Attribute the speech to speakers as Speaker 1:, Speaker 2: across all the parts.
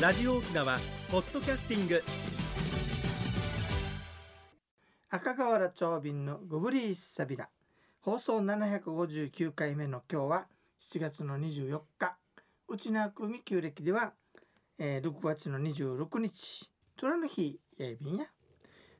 Speaker 1: ラジオ沖縄ポッドキャスティング
Speaker 2: 赤瓦長瓶のゴブリーサビラ放送759回目の今日は7月の24日内縄組旧暦では、えー、6月の26日虎の日、えー、便や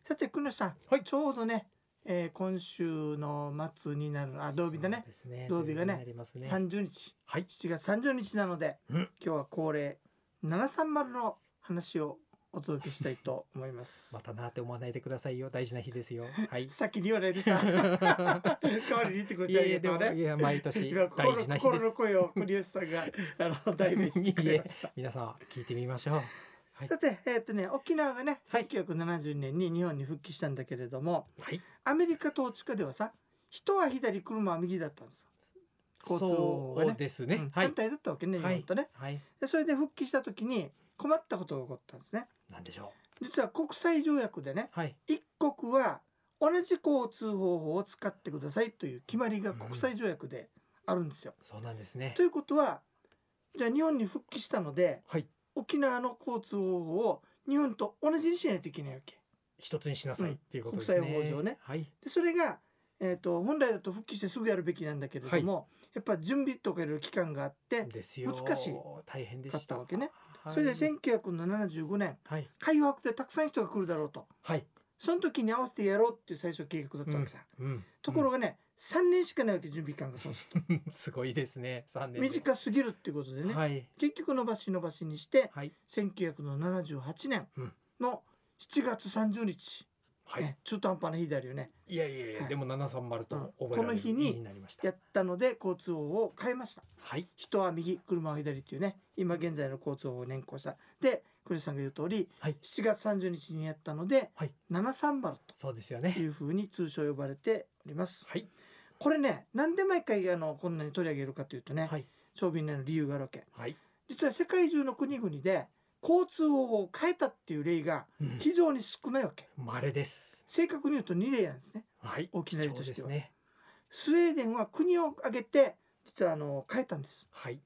Speaker 2: さて久野さん、
Speaker 3: はい
Speaker 2: ちょうどね、えー、今週の末になるあ土曜日だ
Speaker 3: そ
Speaker 2: ね
Speaker 3: うですね
Speaker 2: 土曜日がね
Speaker 3: 土曜になりますね
Speaker 2: 30日
Speaker 3: はい
Speaker 2: 7月30日なので、
Speaker 3: うん
Speaker 2: 今日は恒例730の話をお届けしたいと思います
Speaker 3: またなって思わないでくださいよ大事な日です よはい
Speaker 2: さっきリオレ でさ代わりに言ってくれ
Speaker 3: い
Speaker 2: てあり
Speaker 3: や
Speaker 2: がとう
Speaker 3: でもい
Speaker 2: ね
Speaker 3: や毎年
Speaker 2: 今
Speaker 3: 大事な日
Speaker 2: 心
Speaker 3: で
Speaker 2: の
Speaker 3: す
Speaker 2: 声をクリオスさんが あの代弁してくれました
Speaker 3: 皆さん聞いてみましょうはい
Speaker 2: さてえっ、とね沖縄がね1970年に日本に復帰したんだけれども
Speaker 3: はい
Speaker 2: アメリカ統治下ではさ人は左車は右だったんですよ交通法が
Speaker 3: そう
Speaker 2: ね
Speaker 3: ですね、
Speaker 2: うん
Speaker 3: はい
Speaker 2: 反対だったわけね、日本とね
Speaker 3: はい
Speaker 2: でそれで復帰した時に困ったことが起こったんですね
Speaker 3: なんでしょ
Speaker 2: 実は国際条約でね
Speaker 3: うはい
Speaker 2: 一国は同じ交通方法を使ってくださいという決まりが国際条約であるんですよ。
Speaker 3: そうなんですね
Speaker 2: ということはじゃあ日本に復帰したので
Speaker 3: はい
Speaker 2: 沖縄の交通方法を日本と同じにしないといけないわけ。
Speaker 3: 一つにしなさい
Speaker 2: うん
Speaker 3: っていうことですね、
Speaker 2: 国際法上ね
Speaker 3: はい
Speaker 2: でそれが、えー、と本来だと復帰してすぐやるべきなんだけれども、やっぱ準備とかいろいろ期間があって
Speaker 3: ですよ
Speaker 2: 難しい
Speaker 3: 大変でした
Speaker 2: かったわけね、
Speaker 3: はい、
Speaker 2: それで1975年
Speaker 3: はい
Speaker 2: 海洋博でたくさん人が来るだろうと
Speaker 3: はい、
Speaker 2: その時に合わせてやろうっていう最初計画だったわけさ。
Speaker 3: うん、
Speaker 2: ところがね、3年しかないわけ準備期間がそうすると
Speaker 3: うん すごいですね三年で
Speaker 2: 短すぎるっていうことでね、
Speaker 3: はい
Speaker 2: 結局伸ばし伸ばしにして
Speaker 3: はい
Speaker 2: 1978年
Speaker 3: うん
Speaker 2: の7月30日、
Speaker 3: はい、
Speaker 2: ね中途半端な日であるよね
Speaker 3: いやいやいや、
Speaker 2: はい
Speaker 3: でも730と
Speaker 2: うん
Speaker 3: 覚えられる
Speaker 2: この日に
Speaker 3: なりました
Speaker 2: やったので交通法を変えました
Speaker 3: はい
Speaker 2: 人は右車は左っていうね今現在の交通法を年功したで栗さんが言う通り、
Speaker 3: はい
Speaker 2: 7月30日にやったので、
Speaker 3: はい
Speaker 2: 730
Speaker 3: そうですよ
Speaker 2: とい
Speaker 3: ね
Speaker 2: うふうに通称呼ばれております
Speaker 3: はい
Speaker 2: これねなんで毎回あのこんなに取り上げるかというとね、
Speaker 3: はい
Speaker 2: 長瓶内の理由があるわけ
Speaker 3: はい、
Speaker 2: 実は世界中の国々で交通法を変えたっていう例が
Speaker 3: うん
Speaker 2: 非常に少ないわけ、
Speaker 3: まれです
Speaker 2: 正確に言うと2例なんですね
Speaker 3: はい
Speaker 2: 大きな
Speaker 3: 貴
Speaker 2: 例
Speaker 3: 重
Speaker 2: と
Speaker 3: で
Speaker 2: して
Speaker 3: す
Speaker 2: は、
Speaker 3: ね
Speaker 2: スウェーデンは国を挙げて実はあの変えたんです
Speaker 3: はい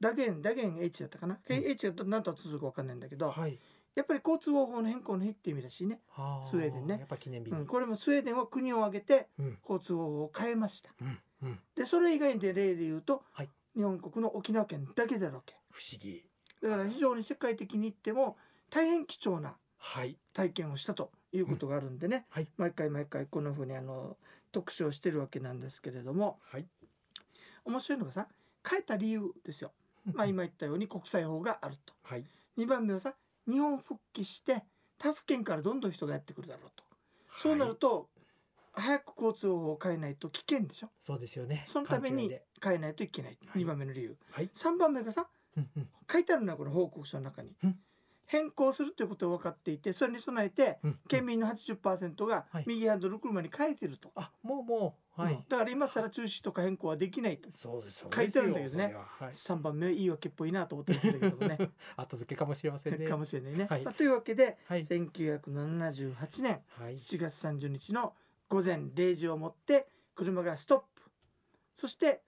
Speaker 2: ダゲンダゲン H だったかな、H が何と続くか分かんないんだけど、
Speaker 3: はい
Speaker 2: やっぱり交通方法の変更の日って意味らしいね、
Speaker 3: あ
Speaker 2: スウェーデンね
Speaker 3: やっぱ記念日
Speaker 2: う
Speaker 3: に
Speaker 2: ん、これもスウェーデンは国を挙げて
Speaker 3: うん
Speaker 2: 交通方法を変えました
Speaker 3: うんうん
Speaker 2: でそれ以外で例で言うと、
Speaker 3: はい
Speaker 2: 日本国の沖縄県だけだろうけ
Speaker 3: 不思議
Speaker 2: だから非常に世界的に言っても大変貴重な
Speaker 3: はい
Speaker 2: 体験をしたということがあるんでね、
Speaker 3: うんはい
Speaker 2: 毎回毎回こんな風にあの特集をしてるわけなんですけれども
Speaker 3: はい
Speaker 2: 面白いのがさ変えた理由ですよ。まあ今言ったように国際法があると。
Speaker 3: はい
Speaker 2: 2番目はさ日本復帰して他府県からどんどん人がやってくるだろうと。そうなると、早く交通法を変えないと危険でしょ。
Speaker 3: そうですよね
Speaker 2: そのため
Speaker 3: 勘違い
Speaker 2: に
Speaker 3: で
Speaker 2: 変えないといけない。
Speaker 3: はい
Speaker 2: 2番目の理由。
Speaker 3: はい
Speaker 2: 3番目がさ
Speaker 3: うんうん
Speaker 2: 書いてあるのはこの報告書の中に
Speaker 3: うん。
Speaker 2: 変更するということを分かっていてそれに備えて
Speaker 3: うん
Speaker 2: 県民の80%が
Speaker 3: はい
Speaker 2: 右ハンドル車に変えてると、
Speaker 3: あもうもうは
Speaker 2: うん
Speaker 3: い
Speaker 2: だから今更中止とか変更はできないと
Speaker 3: そうですそうです
Speaker 2: 書いてあるんだけどね
Speaker 3: よそれははい
Speaker 2: 3番目はいいわけっぽいなと思ったりするんだけどもね
Speaker 3: 後付けかもしれませんね
Speaker 2: かもしれないね。
Speaker 3: はい
Speaker 2: まあというわけで
Speaker 3: はい
Speaker 2: 1978年
Speaker 3: はい
Speaker 2: 7月30日の午前0時をもって車がストップそして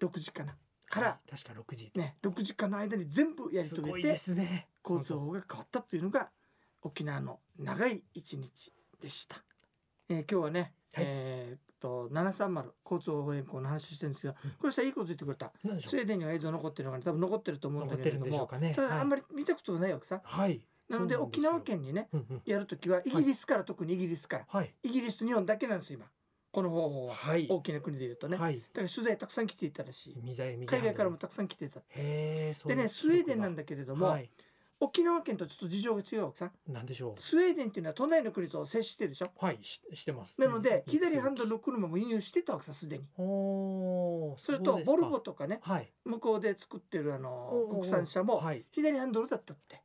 Speaker 2: 6時かなか
Speaker 3: は
Speaker 2: ら、
Speaker 3: い確か六時
Speaker 2: ね、6時間の間に全部やり
Speaker 3: す
Speaker 2: 遂
Speaker 3: ご
Speaker 2: げ
Speaker 3: い
Speaker 2: て
Speaker 3: ですね
Speaker 2: 交通法が変わったというのが沖縄の長い一日でした。えー今日はね、
Speaker 3: はい
Speaker 2: えーっと730交通法変更の話をしてるんですが、これさいいこと言ってくれた。
Speaker 3: なんでしょう
Speaker 2: スウェーデンには映像残ってるのかな、多分残ってると思うんだ
Speaker 3: 残っ
Speaker 2: け
Speaker 3: て
Speaker 2: れ
Speaker 3: る
Speaker 2: ど
Speaker 3: んでしょう
Speaker 2: も、
Speaker 3: かね
Speaker 2: ただあん
Speaker 3: ま
Speaker 2: まり見たことがないわけさ。
Speaker 3: はい
Speaker 2: なので
Speaker 3: そうなんです
Speaker 2: 沖
Speaker 3: よ
Speaker 2: 縄県にね
Speaker 3: うんうん
Speaker 2: やるときはイギリスから、特にイギリスから
Speaker 3: はい
Speaker 2: イギリスと日本だけなんですよ今この方法は、
Speaker 3: はい
Speaker 2: 大きな国で言うとね、
Speaker 3: はい
Speaker 2: だから取材たくさん来ていたらしい
Speaker 3: 海外
Speaker 2: 海外からもたくさん来ていた
Speaker 3: へえそう
Speaker 2: でねスウェーデンなん
Speaker 3: だ
Speaker 2: だけれ
Speaker 3: け
Speaker 2: ども、
Speaker 3: はい、
Speaker 2: 沖縄県とちょっと事情が違うわけさ
Speaker 3: なんでしょ
Speaker 2: スウェーデンっていうのは隣の国と接してるでしょ
Speaker 3: うはいししてます
Speaker 2: なので
Speaker 3: うん
Speaker 2: 左ハンドルの車も輸入してたわけさすでに
Speaker 3: おー
Speaker 2: それ
Speaker 3: う
Speaker 2: と
Speaker 3: です
Speaker 2: ボ
Speaker 3: か
Speaker 2: ルボとかね
Speaker 3: はい
Speaker 2: 向こうで作ってるあ
Speaker 3: おうお
Speaker 2: の
Speaker 3: うおう
Speaker 2: 国産車も
Speaker 3: はい
Speaker 2: 左ハンドルだったって
Speaker 3: へ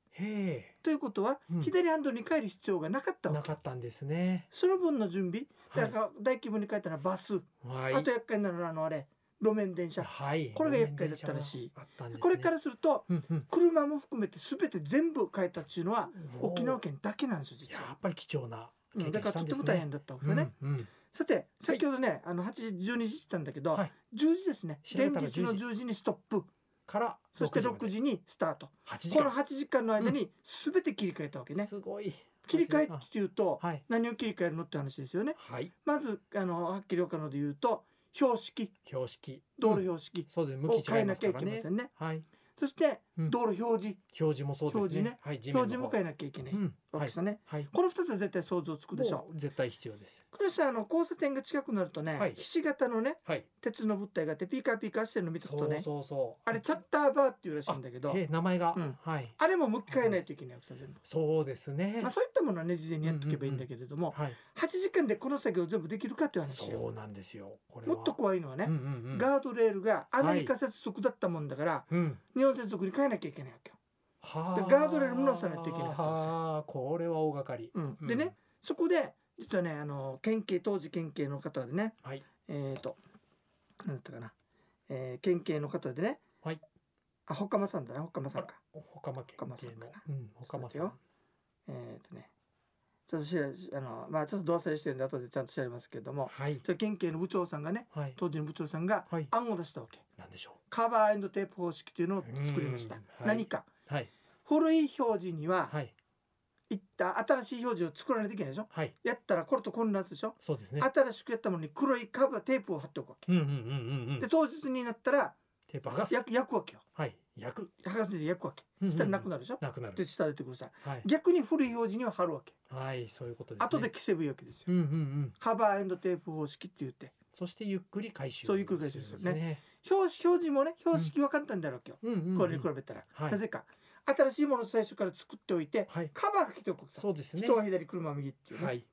Speaker 3: え
Speaker 2: ということは
Speaker 3: うん
Speaker 2: 左ハンドルに帰る必要がなかったわ
Speaker 3: な
Speaker 2: け
Speaker 3: かったんですね
Speaker 2: その分の準備
Speaker 3: はい
Speaker 2: だから大規模に帰ったのはバス
Speaker 3: はい
Speaker 2: あと厄介なのはあのあれ路面電車
Speaker 3: はい
Speaker 2: これが厄介だったらしい
Speaker 3: あったんですね
Speaker 2: これからすると
Speaker 3: うんうん
Speaker 2: 車も含めて全て全部変えたっていうのは
Speaker 3: おー
Speaker 2: 沖縄県だけなんですよ実
Speaker 3: や
Speaker 2: は
Speaker 3: っぱり貴重な
Speaker 2: う
Speaker 3: 経
Speaker 2: んだ
Speaker 3: 験
Speaker 2: から
Speaker 3: した
Speaker 2: と
Speaker 3: ん
Speaker 2: て
Speaker 3: です
Speaker 2: も
Speaker 3: ね
Speaker 2: 大変だったわけだね
Speaker 3: うんうん
Speaker 2: さて先ほどねあの8時12時って言ったんだけど
Speaker 3: はい
Speaker 2: 10時ですね
Speaker 3: 調
Speaker 2: 前
Speaker 3: べたら10
Speaker 2: 日の
Speaker 3: 時
Speaker 2: 10時にストップ
Speaker 3: から
Speaker 2: そして
Speaker 3: ま
Speaker 2: 6
Speaker 3: で
Speaker 2: 時にスタート
Speaker 3: 8時
Speaker 2: この
Speaker 3: 間
Speaker 2: 8時間の間に全て切り替えたわけね、
Speaker 3: すごい
Speaker 2: 切り替えっ
Speaker 3: あ
Speaker 2: ていうと
Speaker 3: はい
Speaker 2: 何を切り替えるのって話ですよね
Speaker 3: はい
Speaker 2: まずあのはっきり分かるので言うと標識
Speaker 3: 標識
Speaker 2: 道路
Speaker 3: うん
Speaker 2: 標識
Speaker 3: そうですね
Speaker 2: を
Speaker 3: 向き
Speaker 2: 変
Speaker 3: 違
Speaker 2: え
Speaker 3: いま
Speaker 2: な
Speaker 3: す
Speaker 2: きゃ
Speaker 3: から
Speaker 2: いけま
Speaker 3: ね
Speaker 2: せんね
Speaker 3: はい
Speaker 2: そして
Speaker 3: うん
Speaker 2: 道路標示
Speaker 3: 表示もそうですね
Speaker 2: 表示ね
Speaker 3: はい地面の
Speaker 2: 標示も
Speaker 3: 方
Speaker 2: 変えなきゃいけない
Speaker 3: うん
Speaker 2: わ
Speaker 3: は
Speaker 2: け
Speaker 3: い
Speaker 2: さね
Speaker 3: はい
Speaker 2: この2つは絶対想像つくでしょ
Speaker 3: もう絶対必要です
Speaker 2: これさあの交差点が近くなるとね、
Speaker 3: はい
Speaker 2: ひし形のね
Speaker 3: はい
Speaker 2: 鉄の物体があってピーカーピーカーしてるの見てる
Speaker 3: そ
Speaker 2: とね
Speaker 3: うそうそう
Speaker 2: あれチャッターバーっていうらしいんだけど
Speaker 3: え名前が
Speaker 2: うん
Speaker 3: はい
Speaker 2: あれももう一回変えないといけないわけさ全部、
Speaker 3: そうですね
Speaker 2: まあ、そういったものはね事前にやっておけばいいんだけれども、
Speaker 3: はい
Speaker 2: 8時間でこの作業全部できるかっていう話よ
Speaker 3: そうなんですよこれは
Speaker 2: もっと怖いのはね、
Speaker 3: うんうんうん
Speaker 2: ガードレールがアメリカ接続だったもんだから、
Speaker 3: うん
Speaker 2: 日本接続に変えなきゃいけないわけよ。
Speaker 3: はあ
Speaker 2: でガードレールも直さないといけなかったんですよ
Speaker 3: はあこれは大掛かり
Speaker 2: うん
Speaker 3: うん
Speaker 2: でねそこで実はねあの県警当時県警の方でね
Speaker 3: はい
Speaker 2: えっ、と何だったかな、えー県警の方でね、
Speaker 3: はい、
Speaker 2: あほかまさんだねほかまさんか。
Speaker 3: ほかま県
Speaker 2: ほかまさん
Speaker 3: 系
Speaker 2: か
Speaker 3: の
Speaker 2: な
Speaker 3: うんほかまさ
Speaker 2: ちょっ
Speaker 3: ん
Speaker 2: とえっ、とねちょっとしらあのまあちょっと同棲してるんで後でちゃんと調べますけれども
Speaker 3: はい
Speaker 2: それ県警の部長さんがね
Speaker 3: はい
Speaker 2: 当時の部長さんが
Speaker 3: はい
Speaker 2: 案を出したわけ。
Speaker 3: なんでしょ
Speaker 2: カバーエンドテープ方式というのを作りました。
Speaker 3: うんはい
Speaker 2: 何か
Speaker 3: うはい
Speaker 2: 古い表示には
Speaker 3: はい
Speaker 2: いった新しい表示を作らないといけないでしょ。
Speaker 3: はい
Speaker 2: やったらこれと混乱するでしょ。
Speaker 3: そうですね
Speaker 2: 新しくやったものに黒いカバーテープを貼っておくわけ。
Speaker 3: うんうんうんうんうん
Speaker 2: で当日になったら
Speaker 3: 手剥がす
Speaker 2: 焼く焼くわけよ。
Speaker 3: はい焼く
Speaker 2: 剥がしで焼くわけ。
Speaker 3: うんうんうん
Speaker 2: したらなくなるでしょ。
Speaker 3: なくな
Speaker 2: で
Speaker 3: る
Speaker 2: 下出てくるさ。
Speaker 3: はい
Speaker 2: 逆に古い表示には貼るわけ。
Speaker 3: はいそういうことですね
Speaker 2: 後で消せばいいわけですよ。
Speaker 3: うんうんうん
Speaker 2: カバーエンドテープ方式って言って
Speaker 3: そしてゆっくり回収
Speaker 2: そうゆっくり回収するね
Speaker 3: んね
Speaker 2: 表示表示もね標識は簡単になるわけよ。
Speaker 3: うんうんうん
Speaker 2: これに比べたら、
Speaker 3: はい
Speaker 2: なぜか新しいものを最初から作っておいて
Speaker 3: はい
Speaker 2: カバーが来ておくさ。
Speaker 3: そうですね
Speaker 2: 人は左車は右っていうね、
Speaker 3: はい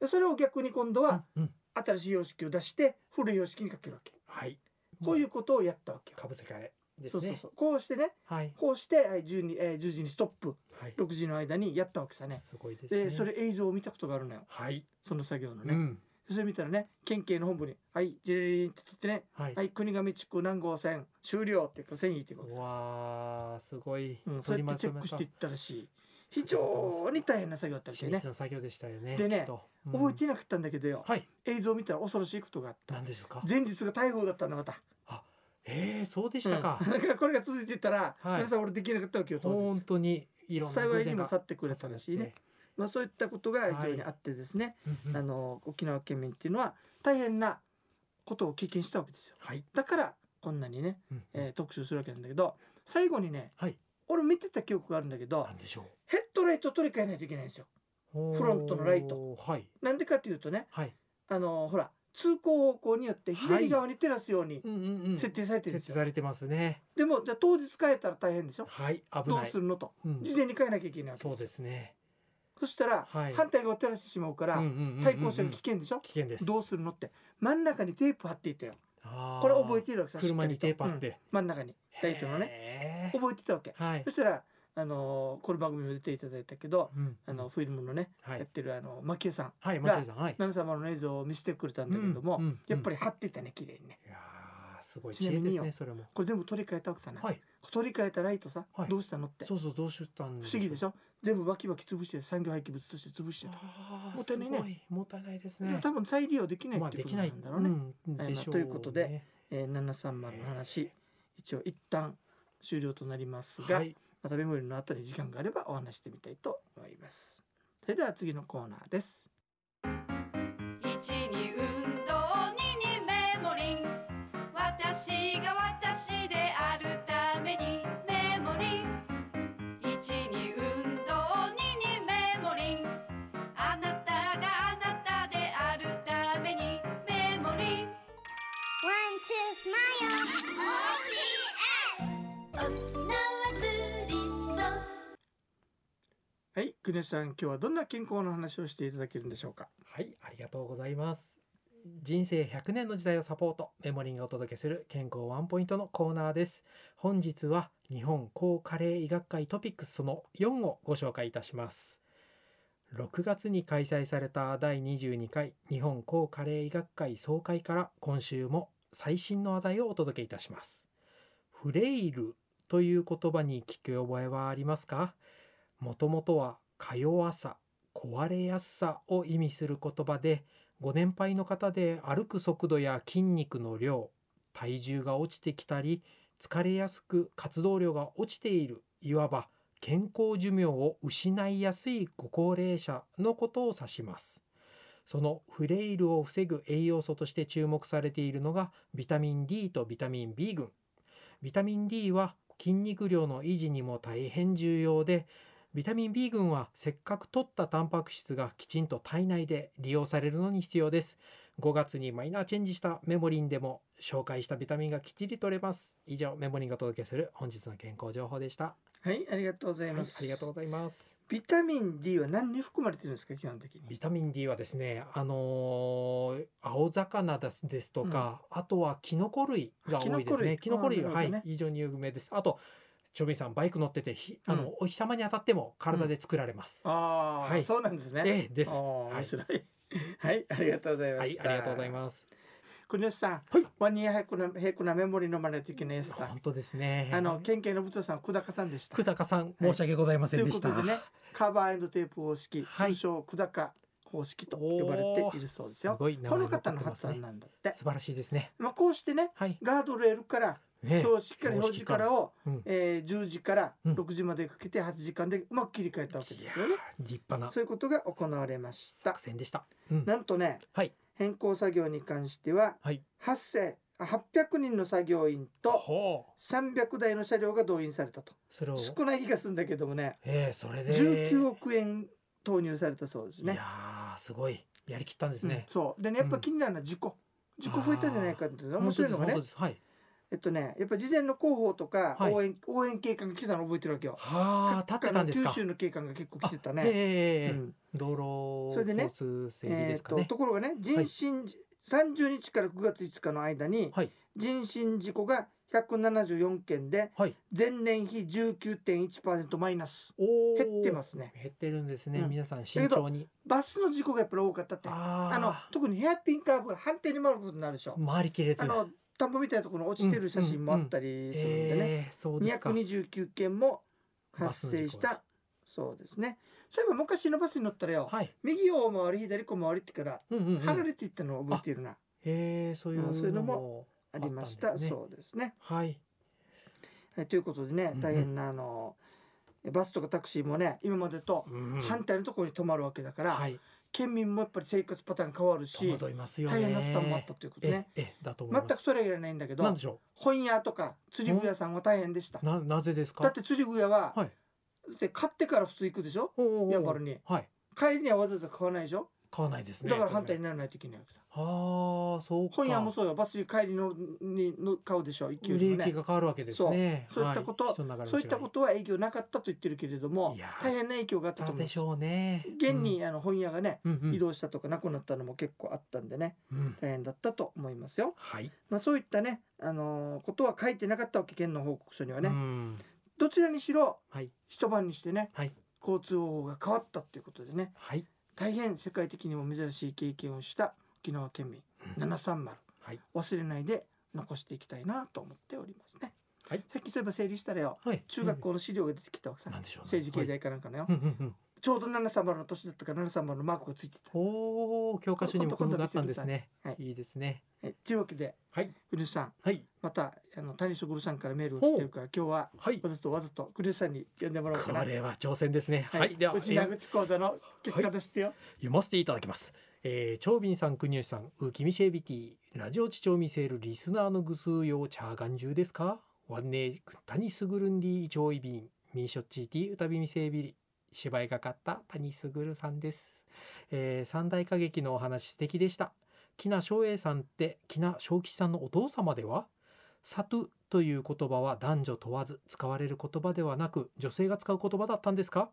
Speaker 2: でそれを逆に今度は
Speaker 3: うんうん
Speaker 2: 新しい様式を出して古い様式にかけるわけ
Speaker 3: はい
Speaker 2: こういうことをやったわけよ、
Speaker 3: かぶせ替えです
Speaker 2: そうそう
Speaker 3: ね
Speaker 2: そうこうしてね
Speaker 3: はい
Speaker 2: こうしてはい10に、えー10時にストップ
Speaker 3: はい
Speaker 2: 6時の間にやったわけさね
Speaker 3: すごいです
Speaker 2: で
Speaker 3: ね
Speaker 2: それ映像を見たことがあるのよ
Speaker 3: はい
Speaker 2: その作業の
Speaker 3: う
Speaker 2: ね、
Speaker 3: ん
Speaker 2: それ見たらね県警の本部に「はいジェリリン」って取ってね
Speaker 3: はい
Speaker 2: 「はい国頭地区南郷線終了」って線引いていくわけ
Speaker 3: う
Speaker 2: さ、
Speaker 3: わーすごい
Speaker 2: うん、そう
Speaker 3: 取りま
Speaker 2: やってチ
Speaker 3: と
Speaker 2: ェッ
Speaker 3: め
Speaker 2: クしたていったらしい非常に大変な作業だったわけ
Speaker 3: 緻
Speaker 2: ね
Speaker 3: 密な作業でしたよね
Speaker 2: でね
Speaker 3: きっとうん
Speaker 2: 覚えてなかったんだけどよ、
Speaker 3: はい
Speaker 2: 映像を見たら恐ろしいことがあった
Speaker 3: なんでしょうか
Speaker 2: 前日が台風だったんだまた
Speaker 3: えーそうでしたか
Speaker 2: うんだからこれが続いてたら、
Speaker 3: はい
Speaker 2: 皆さん俺できなかったわけよ当
Speaker 3: 本
Speaker 2: 日
Speaker 3: 当にいろんな
Speaker 2: 幸
Speaker 3: 偶
Speaker 2: いに
Speaker 3: 然
Speaker 2: も
Speaker 3: が
Speaker 2: 去ってくれたらしいね、まあ、そういったことが非常にあってですね、
Speaker 3: 重なってうんう
Speaker 2: あ
Speaker 3: ん
Speaker 2: の沖縄県民っていうのは大変なことを経験したわけですよ
Speaker 3: はい
Speaker 2: だからこんなにね、
Speaker 3: うんうん
Speaker 2: えー特集するわけなんだけど最後にね
Speaker 3: はい
Speaker 2: 俺見てた記憶があるんだけど
Speaker 3: なんでしょう
Speaker 2: ヘッドライトを取り替えないといけないんですよフロントのライト
Speaker 3: おーはい
Speaker 2: なんでかというとね
Speaker 3: はい
Speaker 2: あのほら通行方向によって左側に照らすように
Speaker 3: うんうんうん
Speaker 2: 設定されてるんです
Speaker 3: 設置
Speaker 2: よ、
Speaker 3: されてますね
Speaker 2: でもじゃあ当日変えたら大変でしょ
Speaker 3: はい危
Speaker 2: どう
Speaker 3: ない
Speaker 2: するのと
Speaker 3: うん
Speaker 2: 事前に変えなきゃいけないわけです
Speaker 3: そ
Speaker 2: よ
Speaker 3: うですね
Speaker 2: そしたら
Speaker 3: はい
Speaker 2: 反対側を照らしてしまうから対
Speaker 3: 対
Speaker 2: 向車が危険でしょ
Speaker 3: 危険です
Speaker 2: どうするのって真ん中にテープ貼っていたよ
Speaker 3: こ
Speaker 2: これ覚えているわけさ
Speaker 3: 車にテープ貼っ
Speaker 2: うん
Speaker 3: て
Speaker 2: 真ん中にライトのね
Speaker 3: ね
Speaker 2: 覚えてたわけ
Speaker 3: はい
Speaker 2: そしたらあのーこの番組にも出ていただいたけど
Speaker 3: うん
Speaker 2: あのフィルムのね
Speaker 3: は
Speaker 2: やっ
Speaker 3: い
Speaker 2: てるあの牧江さん
Speaker 3: はい松井さんはい
Speaker 2: 奈々様の映像を見せてくれたんだけど
Speaker 3: う
Speaker 2: も
Speaker 3: んうんうん
Speaker 2: やっぱり貼っていたね綺麗にね
Speaker 3: いやーすごい
Speaker 2: ち
Speaker 3: 知
Speaker 2: な
Speaker 3: 恵
Speaker 2: み
Speaker 3: で
Speaker 2: に
Speaker 3: す
Speaker 2: よ
Speaker 3: ねそれも
Speaker 2: これ全部取り替えたわけさな
Speaker 3: はい
Speaker 2: 取り替えたライトさ
Speaker 3: はい
Speaker 2: どうしたのって不
Speaker 3: そうそうどうしたん
Speaker 2: 思議でし
Speaker 3: ょ
Speaker 2: ょ全部バキバキ潰して産業廃棄物として潰してた
Speaker 3: あー
Speaker 2: もったいないね
Speaker 3: すごいもったいないです
Speaker 2: でも
Speaker 3: ね
Speaker 2: 多分再利用できない
Speaker 3: ま
Speaker 2: っ
Speaker 3: あ
Speaker 2: て
Speaker 3: で
Speaker 2: いうこ
Speaker 3: き
Speaker 2: とな
Speaker 3: ない
Speaker 2: んだろうね
Speaker 3: うん
Speaker 2: はい
Speaker 3: で
Speaker 2: まあ
Speaker 3: しょう
Speaker 2: ということで
Speaker 3: ね
Speaker 2: えー、730の話一応一旦終了となりますが、
Speaker 3: はい
Speaker 2: またメモリの後に時間があればお話してみたいと思いますそれでは次のコーナーです
Speaker 4: 一に運動二にメモリン私が私であるためにメモリン一に運動二にメモリンあなたがあなたであるためにメモリン
Speaker 5: One, two, smile. OPS! 沖縄ツーリスト。
Speaker 2: はい国吉さん今日はどんな健康の話をしていただけるんでしょうか
Speaker 3: はい、ありがとうございます。人生100年の時代をサポート、メモリンがお届けする健康ワンポイントのコーナーです。本日は日本高加齢医学会トピックスその4をご紹介いたします。6月に開催された第22回日本高加齢医学会総会から今週も最新の話題をお届けいたします。フレイルという言葉に聞き覚えはありますかもともとはか弱さ、壊れやすさを意味する言葉でご年配の方で歩く速度や筋肉の量体重が落ちてきたり疲れやすく活動量が落ちているいわば健康寿命を失いやすいご高齢者のことを指しますそのフレイルを防ぐ栄養素として注目されているのがビタミン D とビタミン B 群ビタミン D は筋肉量の維持にも大変重要でビタミン B 群はせっかく取ったタンパク質がきちんと体内で利用されるのに必要です5月にマイナーチェンジしたメモリンでも紹介したビタミンがきっちり取れます以上メモリンがお届けする本日の健康情報でした
Speaker 2: はい、ありがとうござい
Speaker 3: はい
Speaker 2: ます。、
Speaker 3: ありがとうございます。
Speaker 2: ビタミン D は何に含まれてるんですか基本的
Speaker 3: ビ
Speaker 2: に。
Speaker 3: タミン D はですね、あのー青魚ですですとか、あとはキノコ類が多いですね。キ
Speaker 2: キ
Speaker 3: ノ
Speaker 2: ノ
Speaker 3: コ
Speaker 2: コ類
Speaker 3: 類は、
Speaker 2: あな
Speaker 3: は
Speaker 2: るほどね
Speaker 3: い、非常に有名です。あと、ちょびさんバイク乗ってて、ひあの、
Speaker 2: うん
Speaker 3: お日様に当たっても体で作られます。
Speaker 2: ああ、
Speaker 3: はい
Speaker 2: そうなんですね。
Speaker 3: ええです
Speaker 2: あー面白い。 はい、ありがとうございま
Speaker 3: は
Speaker 2: し
Speaker 3: い、
Speaker 2: た。
Speaker 3: ありがとうございます。
Speaker 2: す。国吉さん、
Speaker 3: はい
Speaker 2: ワニやヘクなヘクなメモリのまねといけないやつさ
Speaker 3: 本。当ですね。
Speaker 2: あの県警の部長さん久高さんでした。
Speaker 3: 久高さん申し訳ございま
Speaker 2: と
Speaker 3: せ
Speaker 2: い
Speaker 3: ん
Speaker 2: う
Speaker 3: で
Speaker 2: こ
Speaker 3: した。
Speaker 2: とでね、カバーテープ方式、
Speaker 3: はい
Speaker 2: 通称久高方式と呼ばれているそうですよ。
Speaker 3: おーすごい名
Speaker 2: こ
Speaker 3: 前
Speaker 2: の
Speaker 3: 残って
Speaker 2: 方の
Speaker 3: ま
Speaker 2: 発
Speaker 3: すね
Speaker 2: 案なんだって
Speaker 3: 素。晴らしいですね。
Speaker 2: まあこうしてね、
Speaker 3: はい。
Speaker 2: ガードレールから
Speaker 3: ね
Speaker 2: 標識から
Speaker 3: 標
Speaker 2: 表
Speaker 3: 識
Speaker 2: 示
Speaker 3: か
Speaker 2: かららを、
Speaker 3: うん
Speaker 2: えー10時から
Speaker 3: うん
Speaker 2: 6時までかけて8時間でうまく切り替えたわけですよね。
Speaker 3: 立派な
Speaker 2: そういうことが行われました
Speaker 3: 作。戦でした。うん
Speaker 2: なんとね、
Speaker 3: はい
Speaker 2: 変更作業に関しては
Speaker 3: はい。
Speaker 2: 8千あ800人の作業員と
Speaker 3: ほう。
Speaker 2: 300台の車両が動員されたと
Speaker 3: それを。
Speaker 2: 少ない気がするんだけどもね
Speaker 3: ええそれで。
Speaker 2: 19億円投入されたそうです
Speaker 3: い
Speaker 2: ね
Speaker 3: や。ーすごいやりきったんですね
Speaker 2: うん。そうでねやっぱ気になるのは事故、事故増えたんじゃないかっていうの面白いのがね
Speaker 3: 本当です本当です
Speaker 2: えっとねやっぱ事前の広報とか
Speaker 3: はい
Speaker 2: 応援、応援警官が来てたの覚えてるわけよ。
Speaker 3: はい。はあ立ってたんですか。
Speaker 2: 九州の警官が結構来てた
Speaker 3: あえええ
Speaker 2: ね。
Speaker 3: えええ
Speaker 2: うん
Speaker 3: 道
Speaker 2: それ
Speaker 3: 路
Speaker 2: でね
Speaker 3: 交通整備
Speaker 2: え
Speaker 3: で
Speaker 2: ーっ
Speaker 3: すか
Speaker 2: と
Speaker 3: ね。
Speaker 2: ところがね人身、30日から9月5日の間に
Speaker 3: はい
Speaker 2: 人身事故が174件で
Speaker 3: はい。
Speaker 2: 前年比19.1%マイナス
Speaker 3: おお
Speaker 2: 減ってますね。
Speaker 3: 減ってるんですね。
Speaker 2: うん
Speaker 3: 皆さん慎重に。
Speaker 2: バスの事故がやっぱり多かったってあ
Speaker 3: ああ
Speaker 2: の特にヘアピンカーブが反対に回ることになるでしょ。
Speaker 3: 回りきれず。
Speaker 2: あの田んぼみたいなところに落ちてる写真もあったりするんでね。
Speaker 3: ええそうですか。
Speaker 2: 229件も発生し
Speaker 3: バ
Speaker 2: たそうですねそういえば昔のバスに乗ったらよ、
Speaker 3: はい。
Speaker 2: 右を回り左を回りってから
Speaker 3: うんうん、うん。
Speaker 2: 離れていったのを覚えているな、
Speaker 3: ええそういう
Speaker 2: うんそういうの
Speaker 3: の
Speaker 2: も
Speaker 3: も
Speaker 2: ありました
Speaker 3: あったんですね
Speaker 2: そうですね、
Speaker 3: はい。
Speaker 2: はい、ということでね
Speaker 3: うん
Speaker 2: 大変なあの、バスとかタクシーもね今までと
Speaker 3: うん
Speaker 2: 反対のところに止まるわけだから、
Speaker 3: はい。
Speaker 2: 県民もやっぱり生活パターン変わる
Speaker 3: 戸
Speaker 2: し
Speaker 3: 惑いますよね。
Speaker 2: 大変な負担もあったということ
Speaker 3: え
Speaker 2: ね
Speaker 3: えええだと思い
Speaker 2: 全
Speaker 3: ます。
Speaker 2: くそれ以外ないんだけ
Speaker 3: なん
Speaker 2: ど
Speaker 3: でしょ
Speaker 2: 本屋とか釣り具屋さんは大変でした
Speaker 3: う。ななぜですか。
Speaker 2: だって釣り具屋は、
Speaker 3: はい
Speaker 2: だって買ってから普通行くでしょ
Speaker 3: おうおうおう
Speaker 2: やんばるに
Speaker 3: はい。
Speaker 2: 帰りにはわざわざ買わないでしょ
Speaker 3: 買わないですね。
Speaker 2: だから反対にならないといけないわけさ。
Speaker 3: ああ、そうか。
Speaker 2: 本屋もそうよ、バスに帰りのにの買うでしょ、一級
Speaker 3: 売れ
Speaker 2: に
Speaker 3: 行
Speaker 2: も
Speaker 3: き
Speaker 2: ね。
Speaker 3: が変わるわけですね。
Speaker 2: そうそういったこと
Speaker 3: は人の流れの違
Speaker 2: そういったことは影響なかったと言ってるけれども
Speaker 3: いや、ー
Speaker 2: 大変な影響があった
Speaker 3: な
Speaker 2: と
Speaker 3: ん
Speaker 2: 思うん
Speaker 3: で
Speaker 2: で
Speaker 3: し
Speaker 2: す。
Speaker 3: ょうね。
Speaker 2: 現にあの本屋がね、
Speaker 3: うん、うんうん
Speaker 2: 移動したとかなくなったのも結構あったんでね、
Speaker 3: うん
Speaker 2: 大変だったと思いますよ。
Speaker 3: はい。
Speaker 2: まあそういったね、あのーことは書いてなかったわけ、県の報告書にはね。
Speaker 3: うん
Speaker 2: どちらにしろ
Speaker 3: はい。
Speaker 2: 一晩にしてね、
Speaker 3: はい。
Speaker 2: 交通方法が変わったということでね、
Speaker 3: はい。
Speaker 2: 大変世界的にも珍しい経験をした沖縄県民
Speaker 3: うん
Speaker 2: 730。
Speaker 3: はい。
Speaker 2: 忘れないで残していきたいなと思っておりますね。
Speaker 3: はい
Speaker 2: さっきそういえば整理したらよ
Speaker 3: はい。
Speaker 2: 中学校の資料が出てきたわけさ、
Speaker 3: なんでしょうね
Speaker 2: 政治経済かなんかのよ、
Speaker 3: うん。うんうんうん。
Speaker 2: ちょうど730の年だったから730のマークがついてた。
Speaker 3: おお、教科書にも工夫があったんですね。
Speaker 2: はい
Speaker 3: いいですね。
Speaker 2: えというわけで
Speaker 3: はい。
Speaker 2: 国吉さん
Speaker 3: はい。
Speaker 2: またあの谷卓さんからメールが来てるから今日は
Speaker 3: はい。
Speaker 2: わざとわざと国吉さんに呼んでもらおうか
Speaker 3: こ
Speaker 2: な。
Speaker 3: れは挑戦ですね。はい。では、
Speaker 2: うちな口講座の結果出してよ。
Speaker 3: 読ませていただきます。えー、長斌さん、国吉さん、ウキミシェビティ、ラジオ地長見せるリスナーのぐすうようチャーガン中ですかワンネークタニスグルンリー上位ビン、ミーショッチーティー歌びみせいびり、芝居がかったタニスグルさんです。えー、三大歌劇のお話素敵でした。木名翔英さんって木名翔吉さんのお父様ではサトゥという言葉は男女問わず使われる言葉ではなく女性が使う言葉だったんですか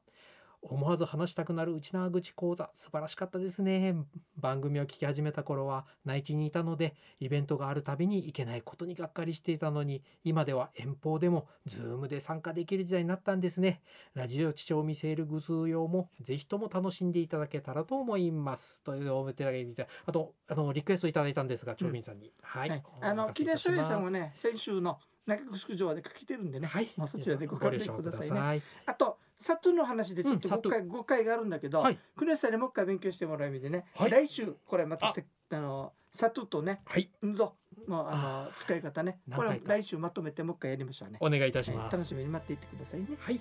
Speaker 3: 思わず話したくなるうちな口講座素晴らしかったですね番組を聞き始めた頃は内地にいたのでイベントがあるたびに行けないことにがっかりしていたのに今では遠方でもズームで参加できる時代になったんですねラジオ父を見せる偶数用もぜひとも楽しんでいただけたらと思いますというおめでたいあとあのリクエストいただいたんですが長敏さんに、はい、
Speaker 2: はいあ
Speaker 3: お
Speaker 2: の
Speaker 3: 任せ
Speaker 2: 木
Speaker 3: いた
Speaker 2: 田
Speaker 3: し
Speaker 2: 翔
Speaker 3: ます
Speaker 2: 也さんはね先週の中国宿上で書けてるんでね、
Speaker 3: はい、
Speaker 2: まあそちらでご
Speaker 3: 了
Speaker 2: 考慮
Speaker 3: 承
Speaker 2: くださいね。
Speaker 3: い。
Speaker 2: あとサトゥの話でちょっ
Speaker 3: う
Speaker 2: と
Speaker 3: んサ
Speaker 2: 誤
Speaker 3: トゥ
Speaker 2: 解,、誤解があるんだけど、
Speaker 3: はい
Speaker 2: 国吉さんにもう一回勉強してもらう意味でね、
Speaker 3: はい
Speaker 2: 来週これまた
Speaker 3: あ
Speaker 2: てあの里とね
Speaker 3: はい
Speaker 2: んぞのあ
Speaker 3: あ
Speaker 2: の使い方ね
Speaker 3: 何
Speaker 2: これ
Speaker 3: 回
Speaker 2: は
Speaker 3: か
Speaker 2: 来週まとめてもう一回やりましょうね、
Speaker 3: お願いいた
Speaker 2: え
Speaker 3: し
Speaker 2: ー
Speaker 3: ます
Speaker 2: 楽しみに待っていてくださいね
Speaker 3: はい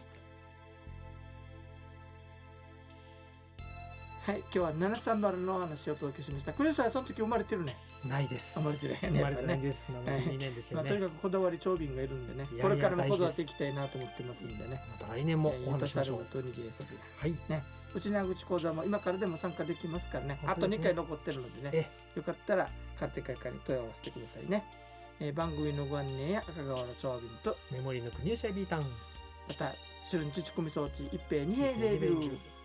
Speaker 2: はい今日は七三丸のお話をお届けしましたクレさんその時生まれてるね、
Speaker 3: ないです
Speaker 2: あまりてないね
Speaker 3: 生まれてないですなので
Speaker 2: ええ
Speaker 3: 2年です
Speaker 2: ま
Speaker 3: よ
Speaker 2: あ、
Speaker 3: ね
Speaker 2: とにかくこだわり長瓶がいるんでね
Speaker 3: いやいや
Speaker 2: これからも
Speaker 3: 大
Speaker 2: こ
Speaker 3: 事で
Speaker 2: だわ
Speaker 3: す
Speaker 2: っていきたいなと思ってますんでね
Speaker 3: また来年もお話ししましょう
Speaker 2: えーゆたさるおとにぎりさびら
Speaker 3: はい
Speaker 2: うちなぐち講座も今からでも参加できますからね
Speaker 3: 本
Speaker 2: あと
Speaker 3: 当ですね
Speaker 2: 2回残ってるのでね
Speaker 3: え
Speaker 2: よかったらカルテ会館に問い合わせてくださいね、えー番組のご案内や赤川の長瓶と
Speaker 3: メモリーの国吉 IB タウン
Speaker 2: また中日打ち込み装置一平二平でビュー